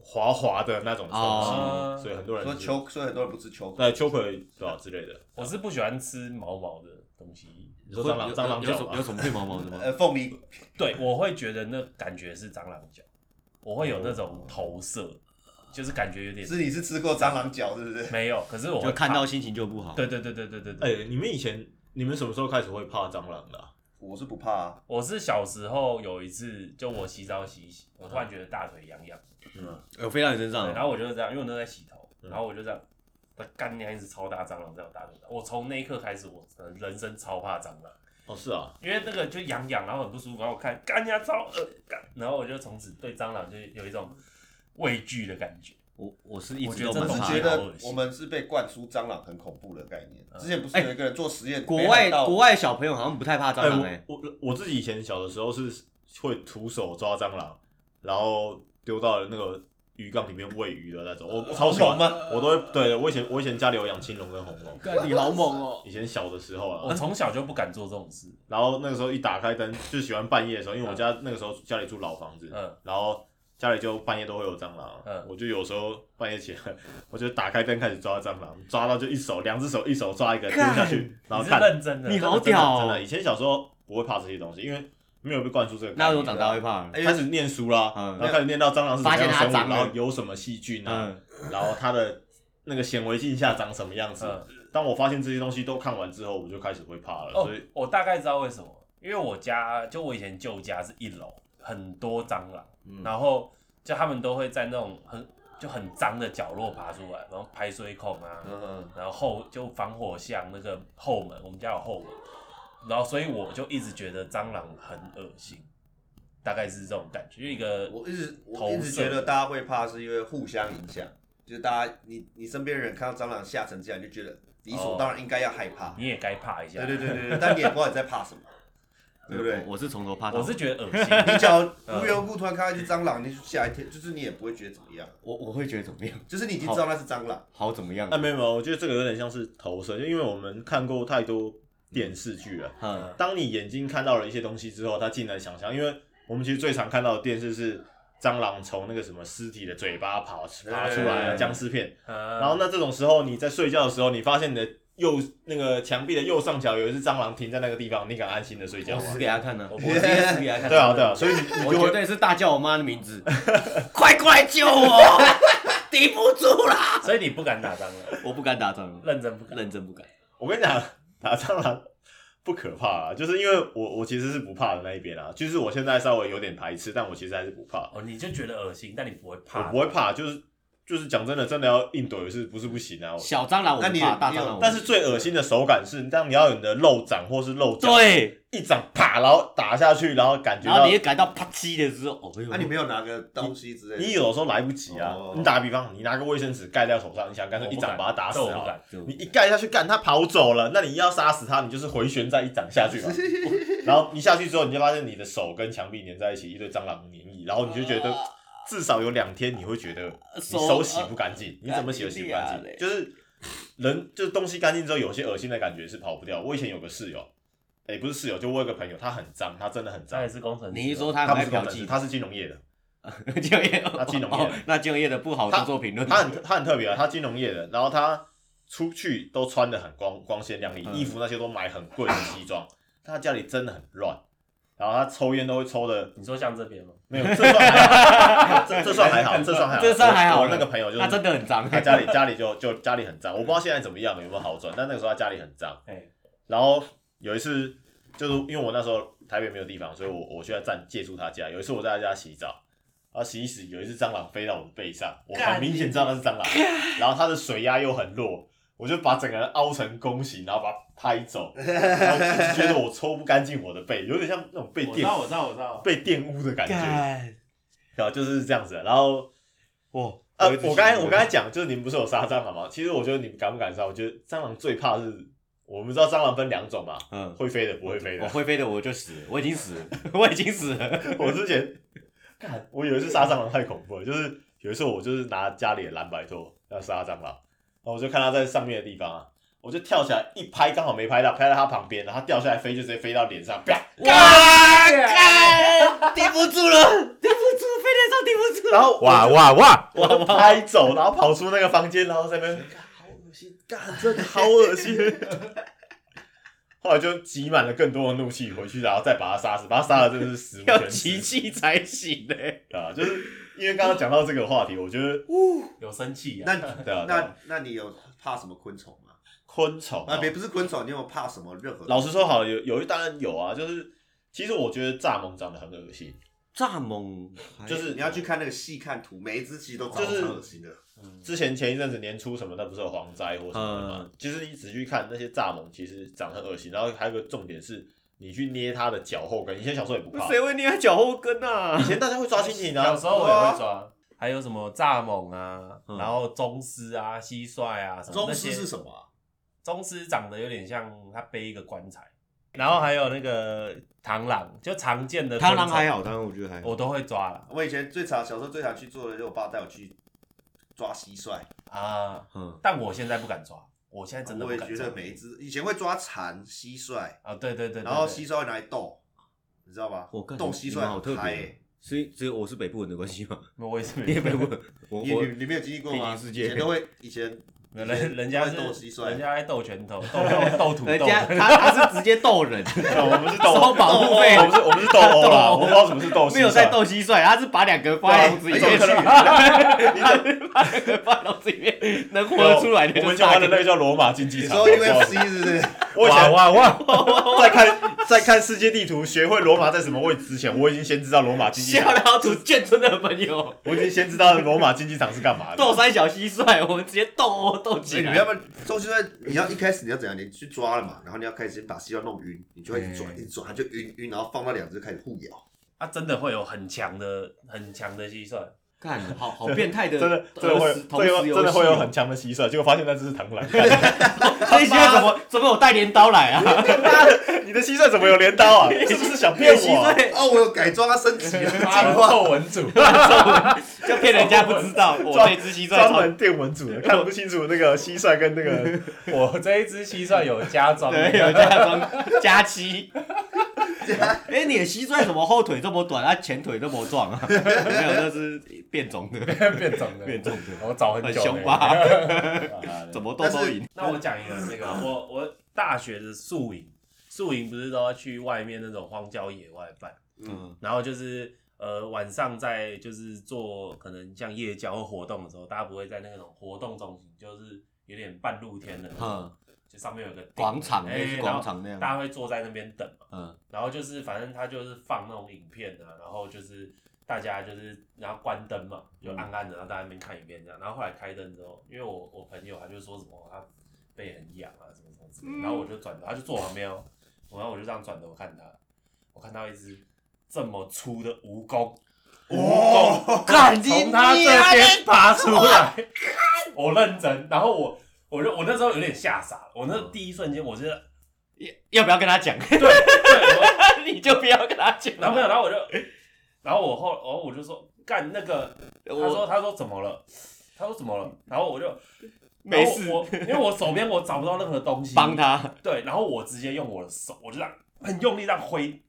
Speaker 2: 滑滑的那种东西，
Speaker 4: 哦
Speaker 2: 所以很多
Speaker 3: 得
Speaker 2: 人
Speaker 3: 说
Speaker 2: 是
Speaker 3: 秋，所以很多人不吃秋
Speaker 2: 对秋葵对吧之类的，
Speaker 1: 我是不喜欢吃毛毛的东西，
Speaker 2: 你
Speaker 4: 会
Speaker 2: 说蟑螂
Speaker 4: 有
Speaker 2: 蟑螂
Speaker 4: 有有
Speaker 2: 脚
Speaker 4: 什
Speaker 2: 吗
Speaker 4: 么有？什么会毛毛的吗？
Speaker 3: 呃，凤梨
Speaker 1: 对我会觉得那感觉是蟑螂脚，我会有那种投射，就是感觉有点
Speaker 3: 是你是吃过蟑螂脚是不是？
Speaker 1: 没有，可是我会
Speaker 4: 就看
Speaker 1: 怕
Speaker 4: 到，心情就不好。
Speaker 1: 对对对对对对对，
Speaker 2: 哎，你们以前你们什么时候开始会怕蟑螂的啊？
Speaker 3: 我是不怕啊，
Speaker 1: 我是小时候有一次，就我洗澡洗一洗，我突然觉得大腿痒痒，
Speaker 4: 有飞到你身上
Speaker 1: 对
Speaker 4: 了，
Speaker 1: 然后我就是这样，因为我那时候在洗头，然后我就这样，它干娘一只超大蟑螂在我大腿上，我从那一刻开始，我呃人生超怕蟑螂，
Speaker 2: 哦，是啊，
Speaker 1: 因为那个就痒痒，然后很不舒服，然后我看干娘超恶干，然后我就从此对蟑螂就有一种畏惧的感觉。
Speaker 4: 我我是一
Speaker 1: 我
Speaker 4: 直
Speaker 1: 觉
Speaker 4: 都
Speaker 1: 得
Speaker 3: 我
Speaker 1: 这
Speaker 3: 是
Speaker 4: 蛮
Speaker 1: 种
Speaker 4: 怕
Speaker 3: 觉
Speaker 4: 的。
Speaker 1: 好
Speaker 3: 得
Speaker 1: 恶心
Speaker 3: 我们是嗯被灌输蟑螂很恐怖的概念。之前不是
Speaker 4: 哎
Speaker 3: 有一个人做实验，
Speaker 4: 国
Speaker 3: 北
Speaker 4: 外
Speaker 3: 海道
Speaker 4: 国外小朋友好像不太怕蟑
Speaker 2: 哎，
Speaker 4: 螂
Speaker 2: 我
Speaker 4: 哎，
Speaker 2: 我我自己以前小的时候是会徒手抓蟑螂，然后丢到那个鱼缸里面喂鱼的那种，
Speaker 4: 呃
Speaker 2: 我我超喜欢
Speaker 3: 红龙吗
Speaker 2: 我都会对，我以前我以前家里有养青龙跟红龙，
Speaker 4: 啊干你好猛哦！
Speaker 2: 以前小的时候啊，
Speaker 1: 我从小就不敢做这种事，
Speaker 2: 然后那个时候一打开灯，就喜欢半夜的时候，因为我家那个时候家里住老房子，
Speaker 1: 嗯
Speaker 2: 然后家里就半夜都会有蟑螂，啊
Speaker 1: 嗯
Speaker 2: 我就有时候半夜起来， 我就打开灯开始抓蟑螂，抓到就一手两只手一手抓一个丢下去，然
Speaker 1: 你
Speaker 2: 后
Speaker 1: 是
Speaker 2: 看，
Speaker 1: 认真的，
Speaker 4: 你
Speaker 2: 真的
Speaker 4: 好屌哦
Speaker 2: 真的真的，以前小时候不会怕这些东西，因为没有被灌输这个概念，
Speaker 4: 那我长大会怕了。
Speaker 3: 哎
Speaker 2: 开始念书啦，
Speaker 4: 嗯
Speaker 2: 然后开始念到蟑螂是什么样的生
Speaker 4: 发现它
Speaker 2: 物，
Speaker 4: 脏了
Speaker 2: 然后有什么细菌啊，
Speaker 4: 嗯，
Speaker 2: 然后它的那个显微镜下长什么样子。
Speaker 1: 嗯
Speaker 2: 当我发现这些东西都看完之后，我就开始会怕了，
Speaker 1: 哦
Speaker 2: 所以，
Speaker 1: 我大概知道为什么，因为我家就我以前旧家是一楼，很多蟑螂，然后就他们都会在那种很就很脏的角落爬出来，然后排水孔啊，
Speaker 3: 嗯，
Speaker 1: 然后后就防火巷那个后门，我们家有后门，然后所以我就一直觉得蟑螂很恶心，大概是这种感觉，就一个
Speaker 3: 我一直我
Speaker 1: 投
Speaker 3: 一直
Speaker 1: 射
Speaker 3: 觉得大家会怕是因为互相影响，就是大家你你身边的人看到蟑螂吓成这样，你就觉得理所当然应该要害怕。
Speaker 1: 你也该怕一下，
Speaker 3: 对对对对 对，但你也不知道你在怕什么，对不对
Speaker 4: 我？我是从头怕到
Speaker 1: 我
Speaker 4: 尾
Speaker 1: 是觉得恶心，
Speaker 3: 你假如无缘无故突然看到一只蟑螂，你吓一跳，就是你也不会觉得怎么样，
Speaker 4: 我我会觉得怎么样？
Speaker 3: 就是你已经知道那是蟑螂。
Speaker 4: 好怎么样
Speaker 2: 啊，？没有没有，我觉得这个有点像是投射，就因为我们看过太多电视剧了。
Speaker 4: 嗯，
Speaker 2: 当你眼睛看到了一些东西之后，它进来想象，因为我们其实最常看到的电视是蟑螂从那个什么尸体的嘴巴跑爬出来啊，
Speaker 1: 嗯
Speaker 2: 僵尸片。
Speaker 1: 然
Speaker 2: 然后那这种时候，你在睡觉的时候，你发现你的右那个墙壁的右上角有一只蟑螂停在那个地方，你敢安心的睡觉
Speaker 4: 我
Speaker 2: 吗？
Speaker 4: 死给他看呢，
Speaker 1: 我
Speaker 4: 我
Speaker 1: 不会
Speaker 4: 直接死给他看。
Speaker 2: 对啊对啊，所 以你你
Speaker 4: 我
Speaker 2: 就
Speaker 4: 绝
Speaker 2: 会
Speaker 4: 对是大叫我妈的 名字，快过来救我，顶不住啦！
Speaker 1: 所以你不敢打蟑螂，
Speaker 4: 我不敢打蟑螂，
Speaker 1: 认真不敢，
Speaker 4: 认真不敢。
Speaker 2: 我跟你讲，打蟑螂不可怕啊，就是因为我我其实是不怕的那一边啊，就是我现在稍微有点排斥，但我其实还是不怕，
Speaker 1: 哦，你就觉得恶心，但你不会
Speaker 2: 我
Speaker 1: 怕，
Speaker 2: 不会怕，就是就是讲真的，真的要硬怼是不是不行啊？我
Speaker 4: 小蟑螂我
Speaker 3: 那
Speaker 4: 不
Speaker 3: 你
Speaker 4: 怕，大
Speaker 3: 你
Speaker 4: 蟑
Speaker 3: 有
Speaker 4: 螂我不
Speaker 2: 但是最恶心的手感是，当你要有你的肉掌或是肉掌，
Speaker 4: 对，
Speaker 2: 一掌啪，然后打下去，然后感觉
Speaker 4: 然后
Speaker 2: 到
Speaker 4: 你也感到啪叽的时候，哦哎呦，
Speaker 3: 那啊你没有拿个东西之类的？
Speaker 2: 你有时候来不及啊
Speaker 3: 哦。
Speaker 2: 你打比方，你拿个卫生纸盖在手上，你想干脆
Speaker 1: 我
Speaker 2: 一
Speaker 1: 不
Speaker 2: 掌
Speaker 1: 敢
Speaker 2: 把它打死
Speaker 1: 这
Speaker 2: 啊
Speaker 1: 我
Speaker 2: 好
Speaker 1: 不
Speaker 2: 了
Speaker 1: 敢。
Speaker 4: 就
Speaker 2: 你一盖下去，干他跑走了，那你要杀死他，你就是回旋再一掌下去 嘛。然后你下去之后，你就发现你的手跟墙壁粘在一起，一堆蟑螂黏液，然后你就觉
Speaker 1: 啊
Speaker 2: 得至少有两天你会觉得你手
Speaker 4: 啊
Speaker 2: 洗不干净，你怎么洗都洗不干
Speaker 4: 干净
Speaker 2: 净，
Speaker 4: 啊
Speaker 2: 就是人就是东西干净之后，有些恶心的感觉是跑不掉。我以前有个室友，哎，不是室友，就我有个朋友，他很脏，他真的很
Speaker 1: 他
Speaker 2: 脏
Speaker 1: 也，是工程师，
Speaker 4: 你一说哎他
Speaker 2: 他
Speaker 4: 很
Speaker 2: 不
Speaker 4: 爱
Speaker 2: 是工
Speaker 4: 嫖
Speaker 2: 程师，
Speaker 4: 妓，
Speaker 2: 他是金融业的，
Speaker 4: 金融业，
Speaker 2: 他金融业
Speaker 4: 哦那金融业的不好做做评论，
Speaker 2: 他很他很特别啊，他金融业的，然后他出去都穿的很光光鲜亮丽，
Speaker 4: 嗯
Speaker 2: 衣服那些都买很贵的西装，他家里真的很乱，然后他抽烟都会抽的
Speaker 1: 你说像这边吗？
Speaker 2: 没有，这算还 好，这这算还好，这算还好，
Speaker 4: 这算还好
Speaker 2: 我我那个朋友就是
Speaker 4: 他真的很脏，
Speaker 2: 他家里家里就就家里很脏，我不知道现在怎么样了，有没有好转，但那个时候他家里很脏。
Speaker 1: 哎，
Speaker 2: 然后有一次，就是因为我那时候台北没有地方，所以我我就在站借住他家。有一次我在他家洗澡，然后洗一洗，有一只蟑螂飞到我的背上，我很
Speaker 1: 干
Speaker 2: 明显知道那是蟑螂，然后它的水压又很弱，我就把整个人凹成弓形，然后把它拍走，然后一直觉得我抽不干净我的背，有点像那种被
Speaker 1: 我知道，
Speaker 2: 玷
Speaker 1: 我知道，我知道。
Speaker 2: 被玷污的感觉，
Speaker 4: 干
Speaker 2: 啊然后就是这样子。然后
Speaker 4: 哇，
Speaker 2: 呃，
Speaker 4: 会自己
Speaker 2: 我刚才我刚才讲，就是你们不是有杀蟑螂吗？其实我觉得你们敢不敢杀？我觉得蟑螂最怕是，我们知道蟑螂分两种嘛，
Speaker 4: 嗯，
Speaker 2: 会飞的，不会飞
Speaker 4: 我
Speaker 2: 的。
Speaker 4: 会飞的我就死了，我已经死了， 我已经死了。
Speaker 2: 我之前，看我有一次杀蟑螂太恐怖了，就是有一次我就是拿家里的蓝白拖要杀蟑螂，然后我就看它在上面的地方啊，我就跳起来一拍，刚好没拍到，拍到它旁边，然后它掉下来飞就直接飞到脸上，啪！
Speaker 4: 哇， 干顶不住了，顶不住，飞得上顶不住。
Speaker 2: 然后
Speaker 5: 哇哇哇！
Speaker 2: 我就拍走，然后跑出那个房间，然后在那边，干好恶心，干真的好恶心。啊 后来就挤满了更多的怒气回去，然后再把它杀死，把它杀了真的是死无
Speaker 4: 要
Speaker 2: 全
Speaker 4: 奇
Speaker 2: 尸
Speaker 4: 迹才行欸呢、
Speaker 2: 啊！就是因为刚刚讲到这个话题，我觉得
Speaker 1: 有生气 啊
Speaker 3: 那？
Speaker 2: 对啊对啊
Speaker 3: 那那你有怕什么昆虫吗？
Speaker 2: 昆虫啊
Speaker 3: 啊，别不是昆虫，你有怕什么任何？
Speaker 2: 老实说好了，有有一当然有啊，就是其实我觉得蚱蜢长得很恶心，
Speaker 4: 蚱蜢
Speaker 2: 就是
Speaker 3: 哎你要去看那个细看图，每一只其实都长
Speaker 2: 就
Speaker 3: 得
Speaker 2: 是
Speaker 3: 超恶心的。
Speaker 2: 之前前一阵子年初什么，那不是有蝗灾或什么的
Speaker 3: 嗯
Speaker 2: 嘛？其实你仔细看那些蚱蜢，其实长得很恶心。然后还有一个重点是，你去捏它的脚后跟。以前小时候也不怕，
Speaker 4: 谁会捏脚后跟
Speaker 2: 以
Speaker 4: 啊？
Speaker 2: 前大家会抓蜻蜓
Speaker 1: 小
Speaker 2: 啊
Speaker 1: 时，候我也会抓，还有什么蚱蜢啊，
Speaker 4: 嗯
Speaker 1: 然后宗师啊、蟋蟀啊，什么
Speaker 3: 宗
Speaker 1: 那
Speaker 3: 师
Speaker 1: 些
Speaker 3: 是什么啊？
Speaker 1: 宗师长得有点像他背一个棺材，然后还有那个螳螂，就常见的
Speaker 4: 螳螂还
Speaker 1: 好，
Speaker 4: 好，螳螂我觉得还好。
Speaker 1: 我都会抓啦。
Speaker 3: 我以前最常小时候最常去做的，就是我爸带我去抓蟋蟀，
Speaker 1: 啊，
Speaker 4: 嗯，
Speaker 1: 但我现在不敢抓，我现在真的
Speaker 3: 我
Speaker 1: 不
Speaker 3: 也
Speaker 1: 敢
Speaker 3: 觉
Speaker 1: 抓
Speaker 3: 得。每一只以前会抓蝉、蟋蟀，
Speaker 1: 啊，对对对，对
Speaker 3: 然后
Speaker 1: 对
Speaker 3: 蟋蟀会拿来斗，你知道吧？
Speaker 4: 我干
Speaker 3: 斗蟋
Speaker 4: 你
Speaker 3: 蟀
Speaker 4: 们好
Speaker 3: 很
Speaker 4: 特
Speaker 3: 嗨
Speaker 4: 别
Speaker 3: 欸。。
Speaker 4: 所以只有我是北部人的关系吗？
Speaker 1: 我也是
Speaker 4: 你
Speaker 1: 没
Speaker 4: 也北部人， 我
Speaker 3: 你
Speaker 4: 我
Speaker 3: 你你没有经历过
Speaker 4: 平
Speaker 3: 吗？
Speaker 4: 行世界
Speaker 3: 以前都会以前
Speaker 1: 没有人人家是
Speaker 3: 斗蟋蟀
Speaker 1: 人家在斗拳头，斗斗 土
Speaker 4: 人
Speaker 1: 斗。
Speaker 4: 哎家他他是直接逗 人，
Speaker 2: 我们是斗
Speaker 4: 收保护费
Speaker 2: 我，们是我们 是斗殴啦，
Speaker 4: 斗殴
Speaker 2: 我不知道什么是斗蟋蟀，
Speaker 4: 没有在斗蟋蟀，他是把两个放在笼子里
Speaker 3: 哎
Speaker 4: 面去，把两个放在笼子里 面，能活得出来的
Speaker 2: 我们
Speaker 4: 就
Speaker 2: 就
Speaker 4: 炸
Speaker 2: 玩的那
Speaker 4: 掉。
Speaker 2: 个叫罗马竞技
Speaker 3: 你
Speaker 2: 场。
Speaker 3: 说
Speaker 2: 我不知道什么
Speaker 3: UFC 是不是？
Speaker 2: 我以
Speaker 5: 哇
Speaker 2: 前
Speaker 5: 哇哇！
Speaker 2: 在看在看世界地图，学会罗马在什么位置之前，我已经先知道罗马竞技
Speaker 4: 下
Speaker 2: 场，
Speaker 4: 料图眷村的朋友，
Speaker 2: 我已经先知道罗马竞技场是干嘛的。
Speaker 4: 斗三小蟋蟀，我们直接斗殴斗
Speaker 3: 所
Speaker 4: 起
Speaker 3: 以你
Speaker 4: 来
Speaker 3: 们。要不然斗蟋蟀，你要一开始你要怎样？你去抓了嘛，然后你要开始先把蟋蟀弄晕，你就会一直
Speaker 4: 嗯
Speaker 3: 转一直转，它就晕晕，然后放到两只开始互咬。
Speaker 1: 啊，真的会有很强的、很强的蟋蟀。
Speaker 4: 干，好好变态的，
Speaker 2: 真的真的会
Speaker 4: 儿时
Speaker 2: 真
Speaker 4: 同时游
Speaker 2: 的
Speaker 4: 戏
Speaker 2: 会
Speaker 4: 哦
Speaker 2: 真的会有很，强的蟋蟀，结果发现那只是螳螂。
Speaker 4: 这些怎么怎么有带镰刀来啊？
Speaker 2: 你的蟋蟀怎么有镰刀啊？是不是想骗我 啊？
Speaker 4: 蟋
Speaker 3: 哦，我有改装它升级 了，进化。
Speaker 5: 臭文组，
Speaker 4: 蟀就骗人家不知道，我这只蟋蟀
Speaker 2: 专
Speaker 4: 超
Speaker 2: 门电文组的看不清楚那个蟋蟀跟那个，
Speaker 1: 我这一只蟋蟀有加装那
Speaker 4: 对，有
Speaker 1: 个，
Speaker 4: 加装加七。哎、你的蟋蟀怎么后腿这么短，啊前腿这么壮啊？ 没有，那是变种的，
Speaker 5: 变种的，
Speaker 4: 变种的，
Speaker 5: 我找很
Speaker 4: 很
Speaker 5: 久
Speaker 4: 凶
Speaker 5: 了。
Speaker 4: 吧？
Speaker 2: 啊
Speaker 4: 怎么斗都赢。
Speaker 1: 那我讲一个那个，我我大学的宿营，宿营不是都要去外面那种荒郊野外办，
Speaker 4: 嗯，
Speaker 1: 然后就是呃晚上在就是做可能像夜宵或活动的时候，大家不会在那种活动中心，就是有点半露天的那种，
Speaker 4: 嗯
Speaker 1: 就上面有个顶
Speaker 4: 广场
Speaker 1: 哎
Speaker 4: 类似广场那
Speaker 1: 然后
Speaker 4: 样
Speaker 1: 大家会坐在那边等嘛，
Speaker 4: 嗯，
Speaker 1: 然后就是反正他就是放那种影片啊，然后就是大家就是然后关灯嘛，就暗暗的，然后大家在那边看影片这样。然后后来开灯之后，因为我我朋友他就说什么他背很痒啊什么什么之类的，然后我就转头，他就坐我旁边哦，然后我就这样转头看他，我看到一只这么粗的蜈蚣，蜚
Speaker 4: 干
Speaker 1: 从他这边爬出来，我认真，然后我我就我那时候有点吓傻了，我那第一瞬间我是
Speaker 4: 要不要跟他讲？
Speaker 1: 对对。我
Speaker 4: 你就不要跟他讲。
Speaker 1: 然后没有，然后我就，然后我后，然后我就说干那个，他说
Speaker 4: 我
Speaker 1: 他说怎么了？他说怎么了？然后我就
Speaker 4: 没事
Speaker 1: 然后我因为我手边我找不到任何东西
Speaker 4: 帮，他，
Speaker 1: 对，然后我直接用我的手，我就这样很用力这样挥，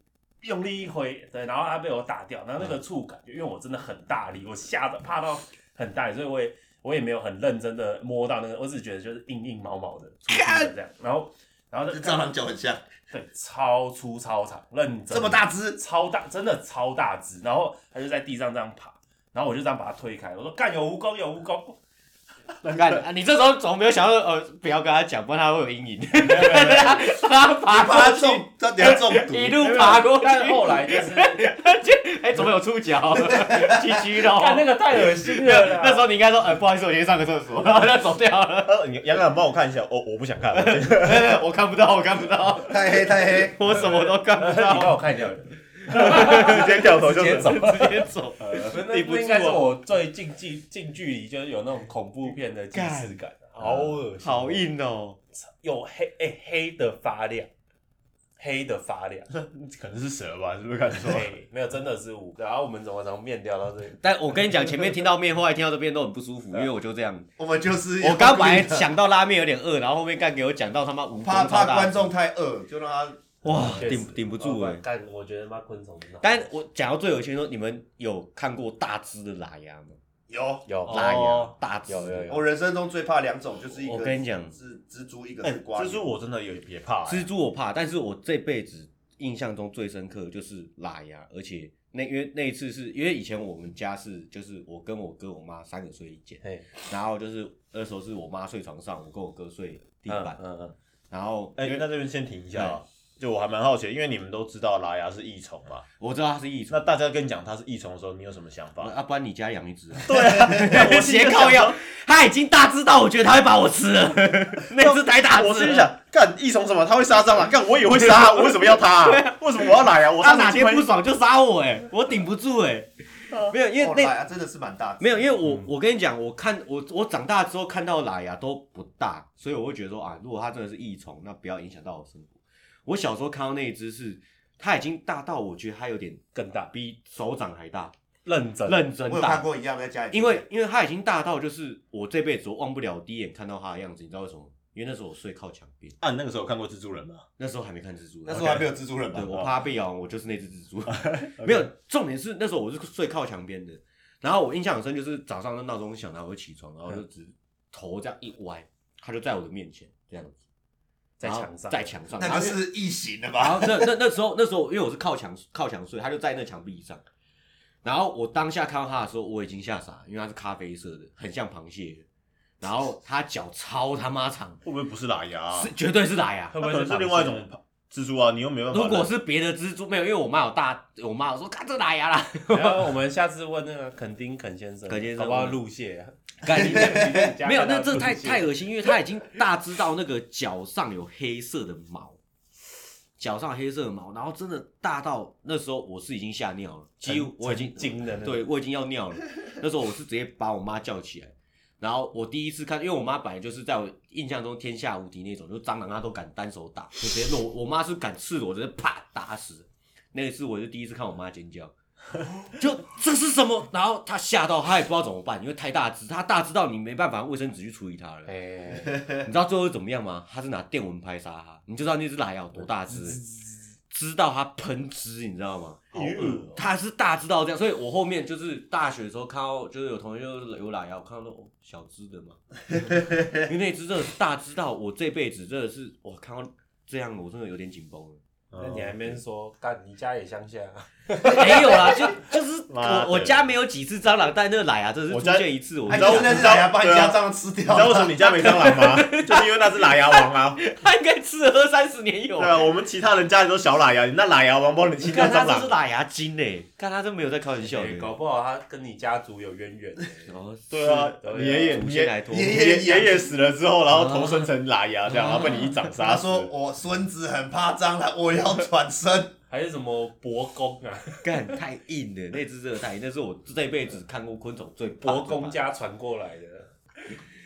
Speaker 1: 用力一挥，对，然后他被我打掉，然后那个触感，因为我真的很大力，我吓得怕到很大力，所以我也我也没有很认真的摸到那个，我只是觉得就是硬硬毛毛的，粗粗的这样，然后然后
Speaker 3: 跟
Speaker 1: 就
Speaker 3: 蟑螂脚很 像，
Speaker 1: 对超粗超长，认真
Speaker 3: 这么大只，
Speaker 1: 超大，真的超大只。然后他就在地上这样爬，然后我就这样把它推开，我说干有蜈蚣有蜈蚣，
Speaker 4: 干啊！你这时候怎么没有想到呃，不要跟他讲，不然他会有阴影。他他爬
Speaker 3: 怕它
Speaker 4: 过去，
Speaker 3: 中，它等下中毒。
Speaker 4: 一路爬过去，
Speaker 1: 但后来就是
Speaker 4: 哎、怎么有触角？居居的
Speaker 1: 干那
Speaker 4: 哦。
Speaker 1: 个太恶心了啦，
Speaker 4: 那时候你应该说，呃，不好意思，我先上个厕所，然后就走掉了。
Speaker 2: 呃，你杨澜帮我看一下，我我不想 看，
Speaker 4: 没有没有我看不到，我看不到，
Speaker 3: 太黑太黑，
Speaker 4: 我什么都看不
Speaker 1: 你帮
Speaker 4: 到。
Speaker 1: 我看一下，
Speaker 2: 直接掉头就
Speaker 5: 直接走
Speaker 2: 走，
Speaker 4: 直接走。
Speaker 5: 那那
Speaker 2: 抵不住
Speaker 5: 那
Speaker 2: 啊
Speaker 5: 应该是我最近距近距离就是有那种恐怖片的既视感，好恶心，
Speaker 4: 好，硬哦，
Speaker 5: 有黑哎、黑的发亮，黑的发亮，
Speaker 2: 可能是蛇吧，是不是看错？
Speaker 5: 对，没有真的是五个，然后我们怎么从面掉到这里？
Speaker 4: 但我跟你讲，前面听到面，后来听到这边都很不舒服，因为我就这样。
Speaker 3: 我们就是
Speaker 4: 我刚本来想到拉面有点饿，然后后面干给我讲到他妈五
Speaker 3: 怕怕观众太饿，就让他
Speaker 4: 哇
Speaker 5: 确实
Speaker 4: 顶顶不住哎、
Speaker 5: 哦干，我觉得妈昆虫真的好，
Speaker 4: 但我讲到最有趣的时候，你们有看过大只的拉牙吗？
Speaker 3: 有。
Speaker 5: 有
Speaker 4: 拉牙
Speaker 5: 哦
Speaker 4: 大只
Speaker 5: 有有
Speaker 4: 的
Speaker 5: 有
Speaker 3: 我人生中最怕两种，就是一个
Speaker 4: 我跟你讲哎
Speaker 3: 是蜘蛛，一个是瓜。
Speaker 2: 这是我真的有也怕欸，
Speaker 4: 蜘蛛我怕，但是我这辈子印象中最深刻的就是拉牙，而且那因为那一次是因为以前我们家是就是我跟我哥我妈三个睡一间，
Speaker 5: 嘿
Speaker 4: 然后就是那时候是我妈睡床上，我跟我哥睡地
Speaker 5: 嗯
Speaker 4: 板，
Speaker 5: 嗯嗯，
Speaker 4: 然后
Speaker 2: 哎、那这边先停一下、啊，就我还蛮好奇，因为你们都知道拉牙是益虫嘛，
Speaker 4: 我知道它是益虫
Speaker 2: 那。大家跟你讲它是益虫的时候，你有什么想法？
Speaker 4: 啊，不然你家养一只、啊？
Speaker 2: 对啊
Speaker 4: 我斜靠腰，他已经大知道，我觉得他会把我 吃了。那只太大只了，
Speaker 2: 我心里想，干益虫什么？它会杀蟑螂，干我也会杀，我为什么要它、啊？为什么我要拉牙？我
Speaker 4: 他
Speaker 2: 杀
Speaker 4: 哪
Speaker 2: 哪
Speaker 4: 天
Speaker 2: 天
Speaker 4: 不爽就杀我、哎，我顶不住、哎，没有，因为
Speaker 3: 哦嗯
Speaker 4: 那
Speaker 3: 来啊真的是蛮大只的，
Speaker 4: 没有，因为我我跟你讲，我看我我长大之后看到拉牙都不大，所以我会觉得说啊，如果它真的是益虫，那不要影响到我生活。我小时候看到那一只是，它已经大到我觉得它有点
Speaker 5: 更大，
Speaker 4: 比手掌还大，
Speaker 5: 认真
Speaker 4: 认真
Speaker 3: 我有
Speaker 4: 大
Speaker 3: 看。过一样在家里，
Speaker 4: 因为因为它已经大到就是我这辈子我忘不了我第一眼看到它的样子，你知道为什么？因为那时候我睡靠墙边，
Speaker 2: 啊，你那个时候有看过蜘蛛人吗？
Speaker 4: 那时候还没看蜘蛛，哦
Speaker 3: 那时候还没有蜘蛛人吧
Speaker 4: 对，？我怕它被咬，我就是那只 蜘蛛。没有，重点是那时候我是睡靠墙边的，然后我印象很深，就是早上的闹钟响，然后我就起床，然后就只头这样一歪，它就在我的面前这样子，
Speaker 5: 在
Speaker 4: 然后
Speaker 5: 墙上
Speaker 4: 在墙上，
Speaker 3: 那个是异形的
Speaker 4: 然
Speaker 3: 吧？
Speaker 4: 后那那那时候那时候因为我是靠墙靠墙睡，它就在那墙壁上，然后我当下看到它的时候，我已经吓傻了，因为它是咖啡色的，很像螃蟹，然后它脚超他妈长，
Speaker 2: 会不会不是拉牙、啊？
Speaker 4: 是 绝对是奶呀、
Speaker 5: 会不
Speaker 2: 它
Speaker 5: 会
Speaker 2: 可能是另外一种蜘蛛啊，你又没办法。
Speaker 4: 如果是别的蜘蛛没有，因为我妈有大，我妈有说看这啊哪牙啦，
Speaker 5: 然后我们下次问那个肯丁肯先生，嗯
Speaker 4: 肯先生
Speaker 5: 好不好入蟹啊？
Speaker 4: 干你娘
Speaker 5: 你在你家
Speaker 4: 没有，
Speaker 5: 看到
Speaker 4: 那这
Speaker 5: 入
Speaker 4: 太
Speaker 5: 蟹
Speaker 4: 太恶心，因为它已经大知道那个脚上有黑色的毛，脚上有黑色的毛，然后真的大到那时候我是已经吓尿了，几乎我已经
Speaker 5: 惊的那种
Speaker 4: 对我已经要尿 了，那时候我是直接把我妈叫起来。然后我第一次看，因为我妈本来就是在我印象中天下无敌那种，就蟑螂她都敢单手打，就直接裸。 我妈是敢赤裸，直接啪打死。那一次我就第一次看我妈尖 叫，就这是什么？然后她吓到，她也不知道怎么办，因为太大只，她大知道你没办法用卫生纸去处理它了。
Speaker 5: 哎，
Speaker 4: 你知道最后是怎么样吗？她是拿电蚊拍杀它，你就知道那只哪有多大只，知道它喷汁，你知道吗？
Speaker 2: 好恶哦、
Speaker 4: 他是大知道这样，所以我后面就是大学的时候看到，就是有同学就是有懒牙，我看到说哦小只的 嘛，因为那只真的是大知道，我这辈子真的是我看到这样，我真的有点紧绷了。
Speaker 5: 那
Speaker 4: 哦
Speaker 5: 你还
Speaker 2: 嗯
Speaker 5: 没说，干你家也乡下啊，
Speaker 4: 没有啦， 就就是
Speaker 2: 妈
Speaker 4: 我
Speaker 2: 的
Speaker 4: 我家没有几只蟑螂，但那个懒牙真的是
Speaker 2: 我
Speaker 4: 出
Speaker 2: 家
Speaker 4: 现一次，我
Speaker 3: 还
Speaker 4: 就是
Speaker 3: 是
Speaker 4: 觉
Speaker 2: 我
Speaker 4: 得
Speaker 3: 那只牙把你家蟑螂吃
Speaker 2: 啊你知
Speaker 3: 掉
Speaker 2: 道为什么你家没蟑螂吗？就是因为那是拉牙王 啊。
Speaker 4: 他应该吃了二三十年有
Speaker 2: 对。啊，我们其他人家里都小拉牙，你那拉牙王帮你吃掉
Speaker 4: 看他
Speaker 2: 蟑
Speaker 4: 这是
Speaker 2: 螂。
Speaker 4: 懒牙精嘞，看他真没有在开玩 笑
Speaker 5: 哎
Speaker 4: 的。
Speaker 5: 搞不好他跟你家族有渊源欸。
Speaker 4: 哦，
Speaker 2: 对啊，你爷爷
Speaker 4: 祖
Speaker 2: 你
Speaker 4: 先
Speaker 2: 爷
Speaker 4: 来托
Speaker 2: 你爷
Speaker 3: 一样
Speaker 2: 爷爷死了之后，然
Speaker 4: 嗯
Speaker 2: 后投生成拉牙这样，然后被你一掌
Speaker 3: 他
Speaker 2: 杀死。
Speaker 3: 说我孙子很怕蟑螂，我要 转身。
Speaker 5: 还是什么伯公啊，
Speaker 4: 干太硬了，那只真的太硬，那是我这辈子看过昆虫最怕的
Speaker 5: 伯公家传过来的。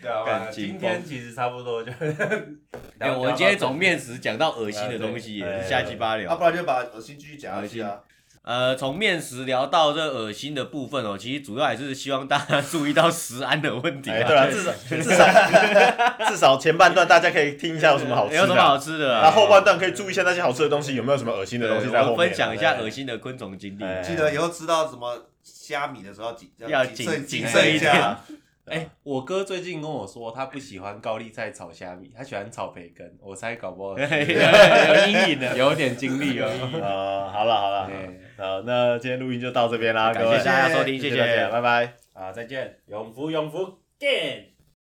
Speaker 5: 对啊
Speaker 4: 干
Speaker 5: 今
Speaker 4: 紧绷
Speaker 5: 天其实差不多就。
Speaker 4: 哎、我今天从面食讲到恶心的东西
Speaker 2: 呃
Speaker 5: 啊
Speaker 4: 耶，
Speaker 5: 对
Speaker 4: 瞎鸡巴
Speaker 3: 啊，
Speaker 4: 聊。
Speaker 3: 不然就把恶心继续讲下去啊。
Speaker 4: 呃，从面食聊到这恶心的部分哦，其实主要还是希望大家注意到食安的问题
Speaker 2: 哎，
Speaker 4: 啊。
Speaker 2: 对啊，至少至少至少前半段大家可以听一下有什么好吃
Speaker 4: 有什么好
Speaker 2: 的，
Speaker 4: 吃的、
Speaker 2: 然
Speaker 4: 啊？
Speaker 2: 后后半段可以注意一下那些好吃的东西有没有什么恶心的
Speaker 4: 对
Speaker 2: 东西在后
Speaker 4: 我
Speaker 2: 面。啊
Speaker 4: 分享一下恶
Speaker 2: 心。
Speaker 4: 心的昆虫经历。
Speaker 2: 哎
Speaker 3: 记得以后吃到什么虾米的时候，谨
Speaker 4: 要
Speaker 3: 谨
Speaker 4: 谨
Speaker 3: 慎谨
Speaker 4: 谨慎
Speaker 3: 慎
Speaker 4: 一
Speaker 3: 一
Speaker 4: 点
Speaker 3: 下。
Speaker 2: 啊
Speaker 5: 哎，我哥最近跟我说，他不喜欢高丽菜炒虾米，他喜欢炒培根。我猜搞不好
Speaker 4: 有阴影的。
Speaker 5: 有点经历哎哦。
Speaker 2: 呃，好了好了，
Speaker 5: 对
Speaker 2: 好，那今天录音就到这边啦，
Speaker 4: 感
Speaker 2: 各位
Speaker 4: 谢，大家收听，
Speaker 2: 谢
Speaker 4: 谢
Speaker 2: 谢大
Speaker 4: 谢
Speaker 2: 家，。拜拜。
Speaker 5: 啊，再见，永福永福，见。